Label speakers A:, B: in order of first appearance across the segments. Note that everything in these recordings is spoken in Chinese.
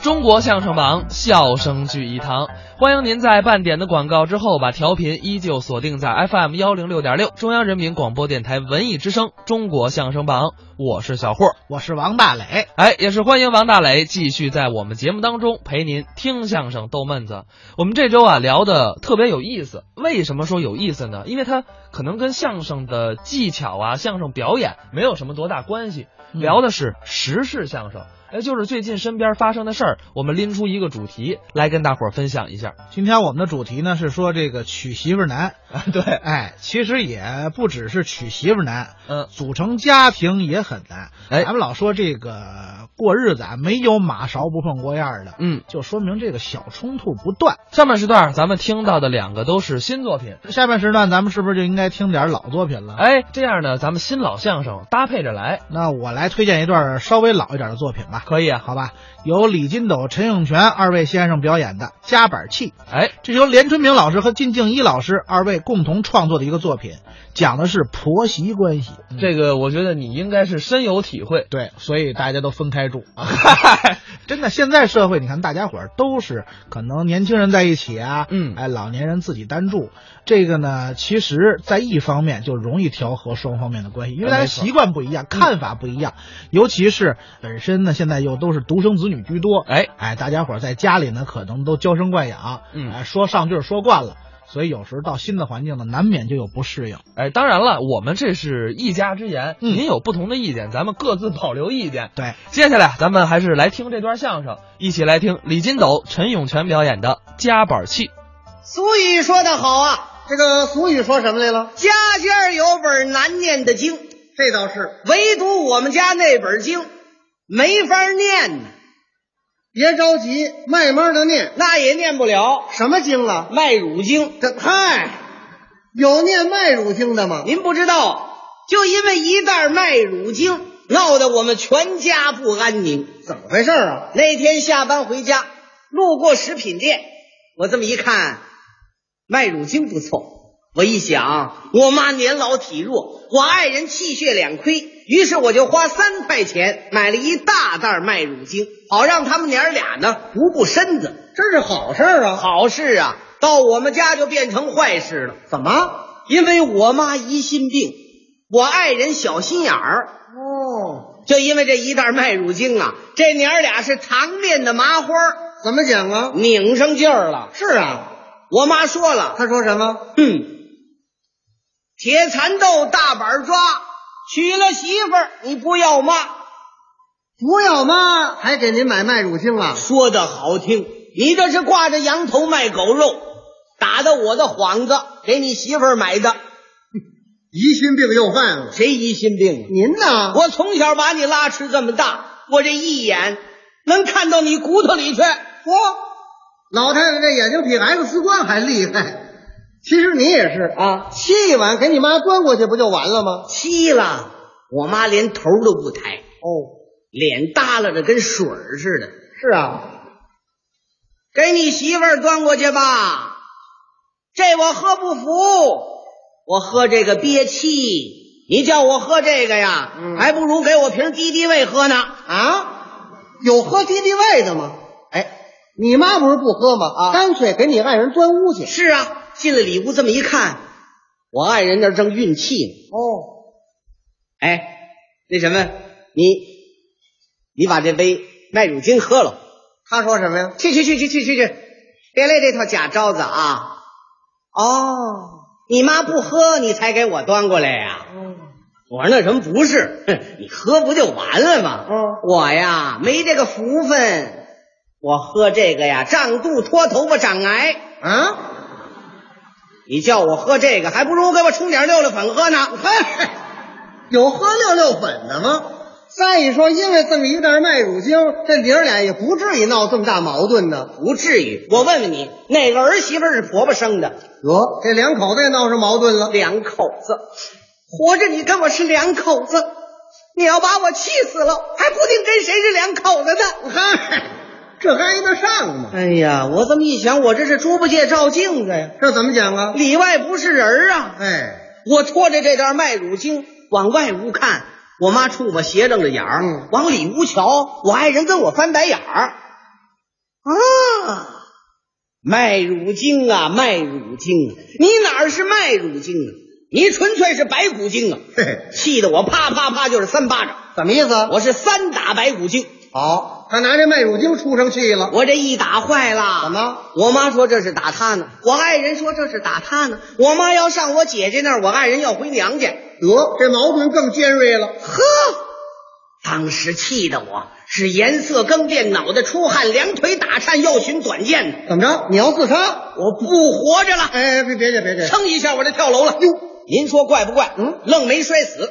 A: 中国相声榜，笑声聚一堂。欢迎您在半点的广告之后，把调频依旧锁定在 FM 幺零六点六，中央人民广播电台文艺之声《中国相声榜》，我是小霍。
B: 我是王大磊。
A: 哎，也是欢迎王大磊继续在我们节目当中陪您听相声逗闷子。我们这周啊聊的特别有意思，为什么说有意思呢？因为它可能跟相声的技巧啊、相声表演没有什么多大关系，
B: 嗯
A: 聊的是时事相声。哎，就是最近身边发生的事儿，我们拎出一个主题来跟大伙儿分享一下。
B: 今天我们的主题呢是说这个娶媳妇儿难。
A: 啊， 对，
B: 哎，其实也不只是娶媳妇儿难，
A: 嗯，
B: 组成家庭也很难。
A: 哎
B: 咱们老说这个过日子啊，没有马勺不碰锅沿儿的，
A: 嗯，
B: 就说明这个小冲突不断。
A: 上半时段咱们听到的两个都是新作品，
B: 下半时段咱们是不是就应该听点老作品了？，
A: 哎，这样呢，咱们新老相声搭配着来，
B: 那我来推荐一段稍微老一点的作品吧。
A: 可以啊。
B: 好吧，由李金斗、陈永泉二位先生表演的《夹板戏》。
A: 哎，
B: 这是由连春明老师和金敬一老师二位共同创作的一个作品，讲的是婆媳关系。嗯
A: 这个我觉得你应该是深有体会。
B: 对，所以大家都分开住。啊真的，现在社会你看，大家伙儿都是可能年轻人在一起啊，
A: 嗯
B: 哎，老年人自己单住。这个呢，其实在一方面就容易调和双方面的关系，因为大家
A: 没错
B: 习惯不一样，看法不一样，尤其是本身呢，现在又都是独生子女居多，
A: 哎，
B: 哎，大家伙儿在家里呢，可能都娇生惯养，
A: 嗯
B: 哎，说上句儿说惯了，所以有时候到新的环境呢，难免就有不适应。
A: 哎，当然了，我们这是一家之言，
B: 嗯
A: 您有不同的意见，咱们各自保留意见。
B: 对，
A: 接下来，咱们还是来听这段相声，一起来听李金斗、陈永泉表演的《夹板戏》。
C: 俗语说得好啊，
D: 这个俗语说什么来了？
C: 家家有本难念的经，
D: 这倒是，
C: 唯独我们家那本经没法念呐，
D: 别着急，慢慢的念。
C: 那也念不了
D: 什么经啊？
C: 麦乳经。
D: 这嗨，有念麦乳经的吗？
C: 您不知道，就因为一袋麦乳经，闹得我们全家不安宁。
D: 怎么回事啊？
C: 那天下班回家，路过食品店，我这么一看，麦乳精不错。我一想，我妈年老体弱，我爱人气血两亏，于是我就花三块钱买了一大袋麦乳精，好让他们娘儿俩呢补补身子。
D: 这是好事儿啊！
C: 好事啊，到我们家就变成坏事了。
D: 怎么？
C: 因为我妈疑心病，我爱人小心眼儿，
D: 哦，
C: 就因为这一袋麦乳精啊，这娘儿俩是糖面的麻花儿。
D: 怎么讲啊？
C: 拧上劲儿了。
D: 是啊，
C: 我妈说了，
D: 他说什么？
C: 哼，铁蚕豆大板抓，娶了媳妇儿你不要妈，
D: 不要妈，还给您买麦乳精了？
C: 说的好听，你这是挂着羊头卖狗肉，打的我的幌子，给你媳妇儿买的，
D: 疑心病又犯了。
C: 谁疑心病啊
D: 您呢？
C: 我从小把你拉吃这么大，我这一眼能看到你骨头里去。我
D: 老太太这眼睛比 X 光还厉害。其实你也是，
C: 啊，
D: 沏一碗给你妈端过去不就完了吗？
C: 气了，我妈连头都不抬，
D: 哦，
C: 脸耷拉着跟水儿似的。
D: 是啊，
C: 给你媳妇儿端过去吧。这我喝不服，我喝这个憋气。你叫我喝这个呀，
D: 嗯
C: 还不如给我瓶敌敌畏喝呢。
D: 啊，有喝敌敌畏的吗？哎，你妈不是不喝吗？
C: 啊
D: 干脆给你爱人端屋去。
C: 是啊，进了里屋这么一看，我爱人那儿正运气呢。
D: 哦，
C: 哎，那什么，你你把这杯麦乳精喝了。
D: 他说什么呀？
C: 去去去去去去去，别来这套假招子啊！哦，你妈不喝，你才给我端过来呀、我说那什么不是，哼你喝不就完了吗？
D: 嗯
C: 我呀没这个福分，我喝这个呀胀肚脱头发长癌。
D: 啊，
C: 你叫我喝这个，还不如给我冲点六六粉喝呢。嘿，
D: 有喝六六粉的吗？再一说，因为这么一袋麦乳精，这爷儿俩也不至于闹这么大矛盾呢。
C: 不至于。我问问你，哪个儿媳妇是婆婆生的？
D: 得，这两口子也闹上矛盾了。
C: 两口子，活着你跟我是两口子，你要把我气死了，还不定跟谁是两口子呢。
D: 嗨，这还挨得上吗？
C: 哎呀，我这么一想，我这是猪八戒照镜子呀，
D: 这怎么讲啊？
C: 里外不是人儿啊！
D: 哎，
C: 我拖着这袋麦乳精往外屋看，我妈冲我斜瞪着眼儿，
D: 嗯
C: 往里屋瞧，我爱人跟我翻白眼儿。
D: 啊，
C: 卖乳精啊，卖乳精啊！你哪儿是卖乳精啊？你纯粹是白骨精啊！
D: 嘿嘿，
C: 气得我啪啪啪就是三巴掌，
D: 怎么意思？
C: 我是三打白骨精。
D: 好，他拿这卖乳精出生气了。
C: 我这一打坏了，
D: 怎么？
C: 我妈说这是打她呢，我爱人说这是打她呢。我妈要上我姐姐那儿，我爱人要回娘家。
D: 得，这矛盾更尖锐了。
C: 呵，当时气得我是颜色更变，脑袋出汗，两腿打颤，要寻短见。
D: 怎么着？你要自杀？
C: 我不活着了，
D: 哎，别别介，别介，
C: 噌一下我就跳楼了。哟，您说怪不怪？
D: 嗯，
C: 愣没摔死，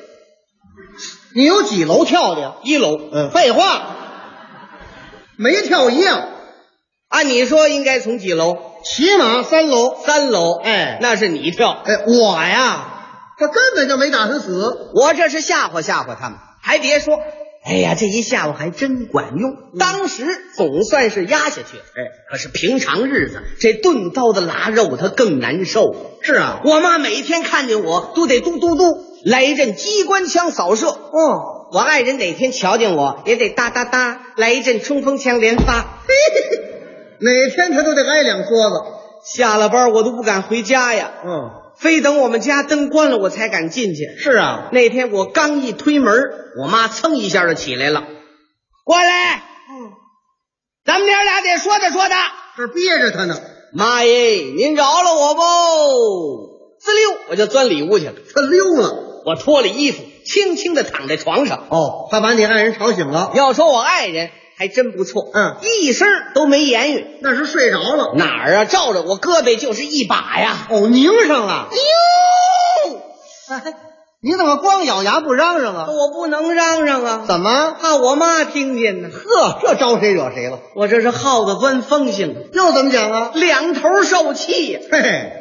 D: 你有几楼跳的呀？
C: 一楼。
D: 嗯
C: 废话，
D: 没跳一样，
C: 按你说应该从几楼？
D: 起码三楼。
C: 三楼。
D: 哎
C: 那是你跳，
D: 哎，我呀，他根本就没打算死。
C: 我这是吓唬吓唬他们。还别说，哎呀，这一吓唬还真管
D: 嗯
C: 用，当时总算是压下去了。
D: 哎，
C: 可是平常日子，这钝刀子拉肉它更难受。
D: 是啊，
C: 我妈每天看见我都得嘟嘟嘟来一阵机关枪扫射。
D: 哦，
C: 我爱人哪天瞧见我也得哒哒哒来一阵冲锋枪连发。
D: 嘿嘿嘿哪天他都得挨两梭子。
C: 下了班我都不敢回家呀，
D: 嗯，
C: 非等我们家灯关了我才敢进去。
D: 是啊，
C: 那天我刚一推门，我妈噌一下就起来了，过来，咱们娘俩得说道说道。
D: 这憋着他呢。
C: 妈耶，您饶了我不？滋溜，我就钻里屋去了。
D: 他溜了。
C: 我脱了衣服，轻轻的躺在床上。
D: 哦，他把你爱人吵醒了，
C: 要说我爱人还真不错，
D: 嗯
C: 一声都没言语，
D: 那是睡着了。
C: 哪儿啊？照着我胳膊就是一把呀！
D: 哦，拧上了。
C: 哟，
D: 哎，你怎么光咬牙不嚷嚷啊？
C: 我不能嚷嚷啊，
D: 怎么？
C: 怕我妈听见呢。
D: 呵，这招谁惹谁了？
C: 我这是耗子钻风性啊，
D: 又怎么讲啊？
C: 两头受气呀、
D: 嘿嘿，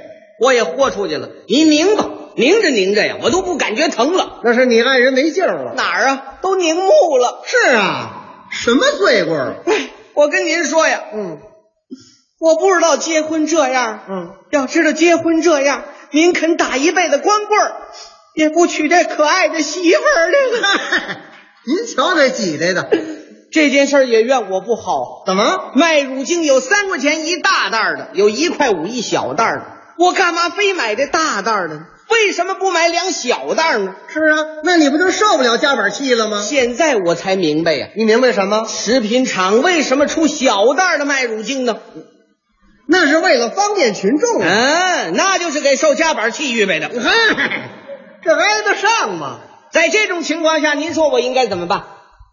C: 我也豁出去了，你拧吧，拧着拧着呀，我都不感觉疼了。
D: 那是你爱人没劲儿了。
C: 哪儿啊？都凝木了。
D: 是啊，什么罪过啊？
C: 哎，我跟您说呀，
D: 嗯
C: 我不知道结婚这样，
D: 嗯，
C: 要知道结婚这样，您肯打一辈子光棍儿，也不娶这可爱的媳妇儿这个。
D: 您瞧这挤兑的，
C: 这件事儿也怨我不好。
D: 怎么？
C: 卖乳精有三块钱一大袋儿的，有一块五一小袋儿的，我干嘛非买这大袋儿的呢？为什么不买两小袋儿呢？
D: 是啊，那你不就受不了夹板气了吗？
C: 现在我才明白呀、
D: 你明白什么？
C: 食品厂为什么出小袋儿的卖乳精呢？
D: 那是为了方便群众
C: 嗯、
D: 啊。
C: 那就是给受夹板气预备的。
D: 嗨，这挨得上吗？
C: 在这种情况下，您说我应该怎么办？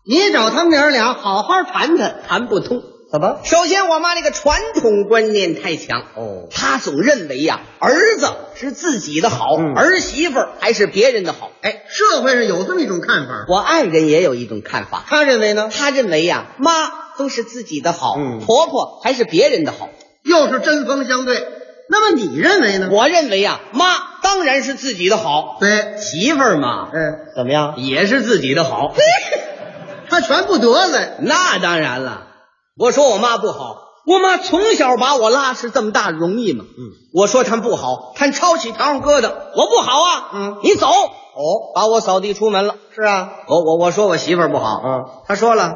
D: 你找他们娘俩好好谈谈。
C: 谈不通。
D: 怎么？
C: 首先，我妈那个传统观念太强，
D: 哦
C: 她总认为呀、儿子是自己的好，
D: 嗯
C: 儿媳妇儿还是别人的好。
D: 哎，社会上有这么一种看法，
C: 我爱人也有一种看法，
D: 他认为呢，
C: 她认为呀、妈都是自己的好，
D: 嗯
C: 婆婆还是别人的好。
D: 又是针锋相对。那么你认为呢？
C: 我认为呀、妈当然是自己的好，
D: 对，
C: 媳妇儿嘛，
D: 嗯，
C: 怎么样，也是自己的 好。
D: 他全不得罪。
C: 那当然了，我说我妈不好，我妈从小把我拉扯这么大，容易吗？嗯，我说她不好，她抄起糖上疙瘩，我不好啊。
D: 嗯
C: 你走，哦，把我扫地出门了。
D: 是啊，
C: 我我我说我媳妇儿不好，
D: 嗯，
C: 她说了，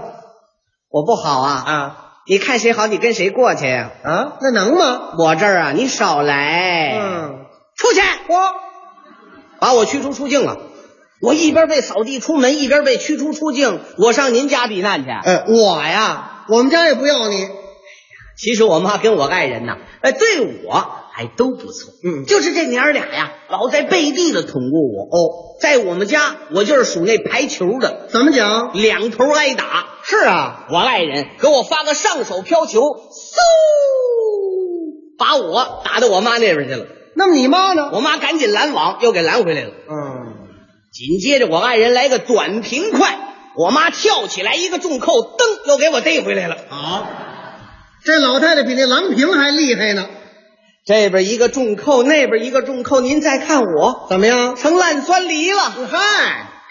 C: 我不好啊
D: 啊
C: 你看谁好，你跟谁过去呀、
D: 啊，那能吗？
C: 我这儿啊，你少来，，
D: 嗯，
C: 出去，我把我驱逐出境了。我一边被扫地出门，一边被驱逐出境。我上您家避难去。
D: 哎，我呀，我们家也不要你。
C: 其实我妈跟我爱人呐，哎，对我还都不错。
D: 嗯
C: 就是这娘儿俩呀，老在背地里捅咕我。
D: 哦，
C: 在我们家，我就是属那排球的，
D: 怎么讲？
C: 两头挨打。
D: 是啊，
C: 我爱人给我发个上手飘球，嗖，把我打到我妈那边去了。
D: 那么你妈呢？
C: 我妈赶紧拦网，又给拦回来了。
D: 嗯，
C: 紧接着我爱人来个短平快，我妈跳起来一个重扣，噔，又给我逮回来了。
D: 好，这老太太比那郎平还厉害呢。
C: 这边一个重扣，那边一个重扣，您再看我，
D: 怎么样？
C: 成烂酸梨了。
D: 嗨，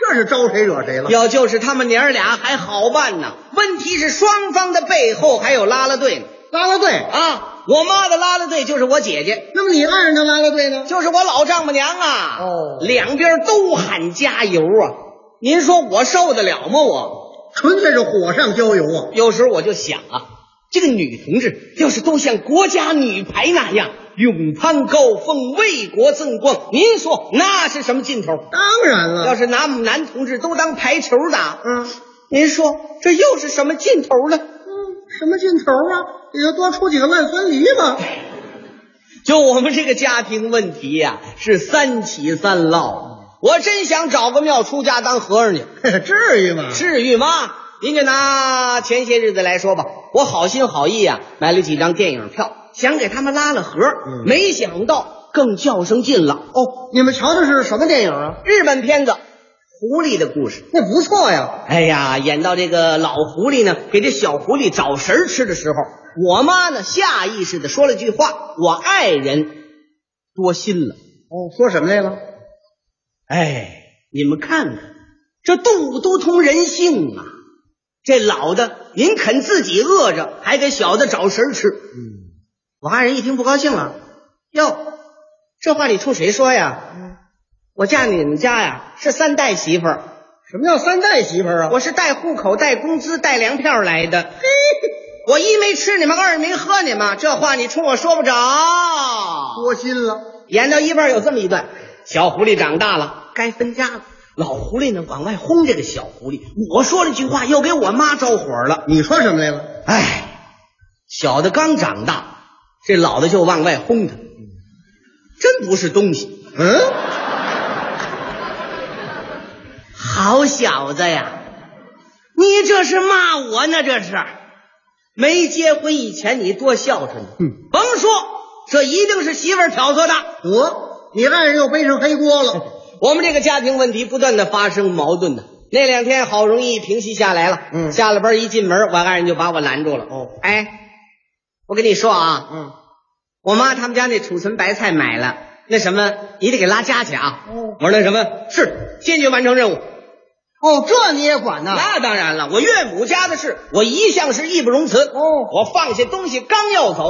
D: 这是招谁惹谁了？
C: 要就是他们娘儿俩还好办呢，问题是双方的背后还有拉拉队呢
D: 拉拉队。
C: 啊！我妈的拉拉队就是我姐姐，
D: 那么你爱人的拉拉队呢？
C: 就是我老丈母娘啊！
D: 哦
C: 两边都喊加油啊！您说我受得了吗？我
D: 纯粹是火上浇油啊！
C: 有时候我就想啊，这个女同志要是都像国家女排那样勇攀高峰、为国增光，您说那是什么劲头？
D: 当然了，
C: 要是拿我们男同志都当排球打，
D: 嗯，
C: 您说这又是什么劲头呢？
D: 什么劲头啊？也就多出几个烂酸梨吧。
C: 就我们这个家庭问题呀、是三起三落。我真想找个庙出家当和尚去，
D: 至于吗？
C: 至于吗？您就拿前些日子来说吧，我好心好意啊，买了几张电影票，想给他们拉拉盒，
D: 嗯
C: 没想到更较上劲了。
D: 哦，你们瞧的是什么电影啊？
C: 日本片子《狐狸的故事》，
D: 那不错呀。
C: 哎呀，演到这个老狐狸呢，给这小狐狸找食儿吃的时候，我妈呢下意识的说了句话：“我爱人多心了。”
D: 哦，说什么来了？
C: 哎，你们看看，这动物都通人性啊！这老的您肯自己饿着，还给小的找食儿吃。嗯，我爱人一听不高兴了，哟，这话你冲谁说呀？
D: 嗯
C: 我嫁你们家呀，是三代媳妇儿，
D: 什么叫三代媳妇儿啊？
C: 我是带户口、带工资、带粮票来的。 嘿，我一没吃你们，二没喝你们，这话你冲我说不着。
D: 多心了。
C: 演到一半有这么一段：小狐狸长大了，该分家了。老狐狸呢，往外轰这个小狐狸。我说了句话，又给我妈招火了。
D: 你说什么来了？
C: 哎，小的刚长大，这老的就往外轰他，真不是东西。
D: 嗯，
C: 好小子呀，你这是骂我呢？这是没结婚以前你多孝顺呢。
D: 嗯
C: 甭说，这一定是媳妇儿挑唆的。
D: 得，你爱人又背上黑锅 了。
C: 我们这个家庭问题不断的发生矛盾呢。那两天好容易平息下来了，
D: 嗯
C: 下了班一进门，我爱人就把我拦住了。
D: 哦，
C: 哎，我跟你说啊，
D: 嗯，
C: 我妈他们家那储存白菜买了，那什么，你得给拉家去啊。
D: 哦
C: 我说那什么，是坚决完成任务。
D: 哦，这你也管呐？
C: 那当然了，我岳母家的事，我一向是义不容辞。
D: 哦
C: 我放下东西刚要走，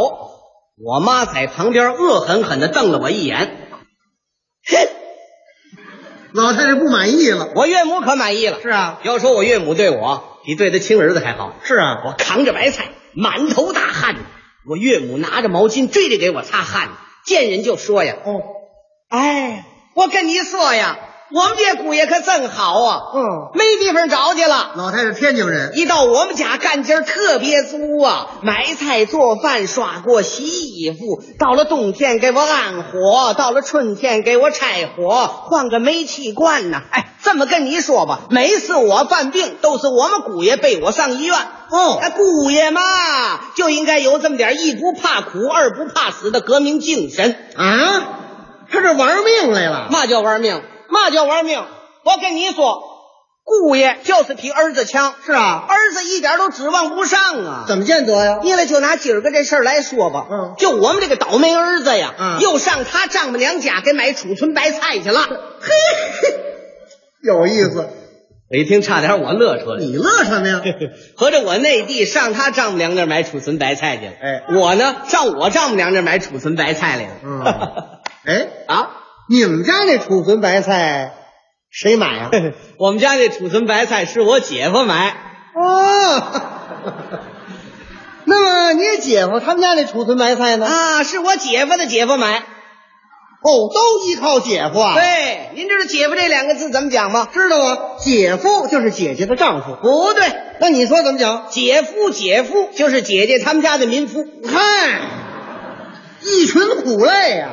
C: 我妈在旁边恶狠狠的瞪了我一眼。
D: 老太太不满意了。
C: 我岳母可满意了。
D: 是啊，
C: 要说我岳母对我比对她亲儿子还好。
D: 是啊，
C: 我扛着白菜，满头大汗。我岳母拿着毛巾追着给我擦汗，见人就说呀
D: 哦，：“
C: 哎，我跟你说呀，我们这姑爷可真好啊，
D: 嗯，
C: 没地方找去了。”
D: 老太太天津人。
C: 一到我们家干劲儿特别足啊，买菜、做饭、刷锅、洗衣服。到了冬天给我安火，到了春天给我拆火，换个煤气罐呐、哎，这么跟你说吧，每次我犯病，都是我们姑爷背我上医院。
D: 哦，
C: 哎，姑爷嘛，就应该有这么点儿一不怕苦，二不怕死的革命精神。
D: 啊，他这玩命来了。
C: 嘛叫玩命？嘛叫玩命？我跟你说，姑爷就是比儿子强。
D: 是啊，
C: 儿子一点都指望不上啊。
D: 怎么见得呀？
C: 因为就拿今儿个这事儿来说吧，
D: 嗯
C: 就我们这个倒霉儿子呀，
D: 嗯
C: 又上他丈母娘家给买储存白菜去了。
D: 哎
C: 嘿，
D: 有意思。
C: 我一听差点我乐出来。
D: 你乐什么 呀？
C: 合着我内地上他丈母娘那儿买储存白菜去了，
D: 哎
C: 我呢上我丈母娘那儿买储存白菜来了。
D: 嗯哎，
C: 啊，
D: 你们家那储存白菜谁买啊 呀、
C: 我们家那储存白菜是我姐夫买，
D: 哦，那么你姐夫他们家那储存白菜呢？
C: 啊，是我姐夫的姐夫买。
D: 哦，都依靠姐夫啊。，
C: 对，您知道“姐夫”这两个字怎么讲吗？
D: 知道吗？姐夫就是姐姐的丈夫。
C: 啊不对，
D: 那你说怎么讲？
C: 姐夫姐夫就是姐姐他们家的民夫。
D: 嗨，哎一群啊苦累呀、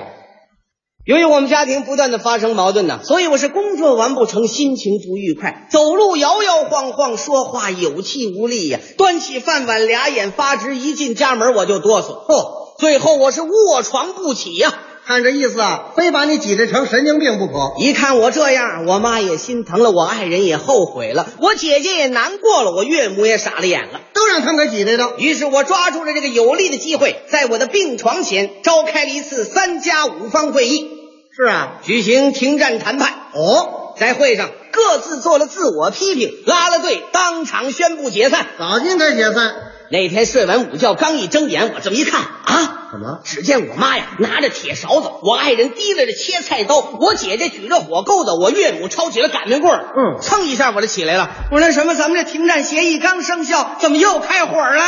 C: 由于我们家庭不断的发生矛盾呢，所以我是工作完不成，心情不愉快，走路摇摇晃晃，说话有气无力呀、端起饭碗俩眼发直，一进家门我就哆嗦，嚯，最后我是卧床不起呀、
D: 看这意思啊，非把你挤兑成神经病不可。
C: 一看我这样，我妈也心疼了，我爱人也后悔了，我姐姐也难过了，我岳母也傻了眼了。
D: 都让他们给挤兑的。
C: 于是我抓住了这个有利的机会，在我的病床前召开了一次三加五方会议，
D: 是啊。
C: 举行停战谈判。
D: 哦，
C: 在会上各自做了自我批评，拉了队，当场宣布解散。
D: 早就应该解散。
C: 那天睡完午觉，刚一睁眼，我这么一看啊，
D: 怎么？
C: 只见我妈呀拿着铁勺子，我爱人提着着切菜刀，我姐姐举着火钩子，我岳母抄起了擀面棍儿。
D: 嗯
C: 蹭一下我就起来了。我说那什么，咱们这停战协议刚生效，怎么又开火了？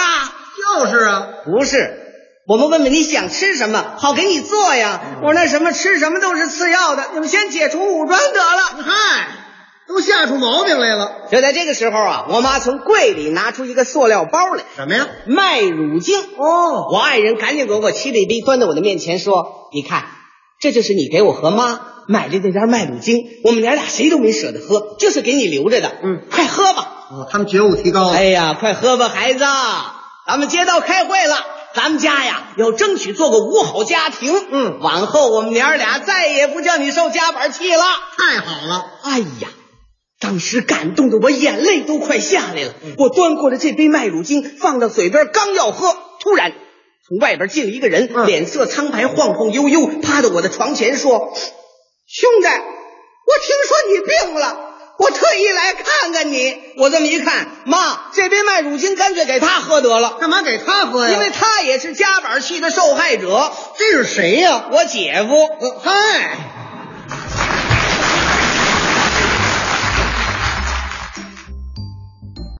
D: 就是啊，
C: 不是，我们问问你想吃什么，好给你做
D: 嗯
C: 呀。我那什么吃什么都是次要的，你们先解除武装得了。
D: 嗨，都吓出毛病来了。
C: 就在这个时候啊，我妈从柜里拿出一个塑料包来，
D: 什么呀？
C: 麦乳精。
D: 哦，
C: 我爱人赶紧给我沏了一杯，端到我的面前说：“你看，这就是你给我和妈买的那点麦乳精，我们娘俩谁都没舍得喝，就是给你留着的。
D: 嗯，
C: 快喝吧。
D: 哦，他们觉悟提高了。
C: 哎呀，快喝吧，孩子，咱们街道开会了。”咱们家呀，要争取做个五好家庭。
D: 嗯
C: 往后我们娘俩再也不叫你受夹板气了。
D: 太好了，
C: 哎呀，当时感动的我眼泪都快下来了。我端过了这杯麦乳精，放到嘴边，刚要喝，突然从外边进了一个人，
D: 嗯
C: 脸色苍白，晃晃悠悠，趴到我的床前说：“兄弟，我听说你病了。”我特意来看看你，我这么一看，妈，这杯麦乳精干脆给他喝得了，
D: 干嘛给他喝呀？
C: 因为他也是夹板气的受害者。
D: 这是谁呀、
C: 我姐夫，哎
D: 呃嗨，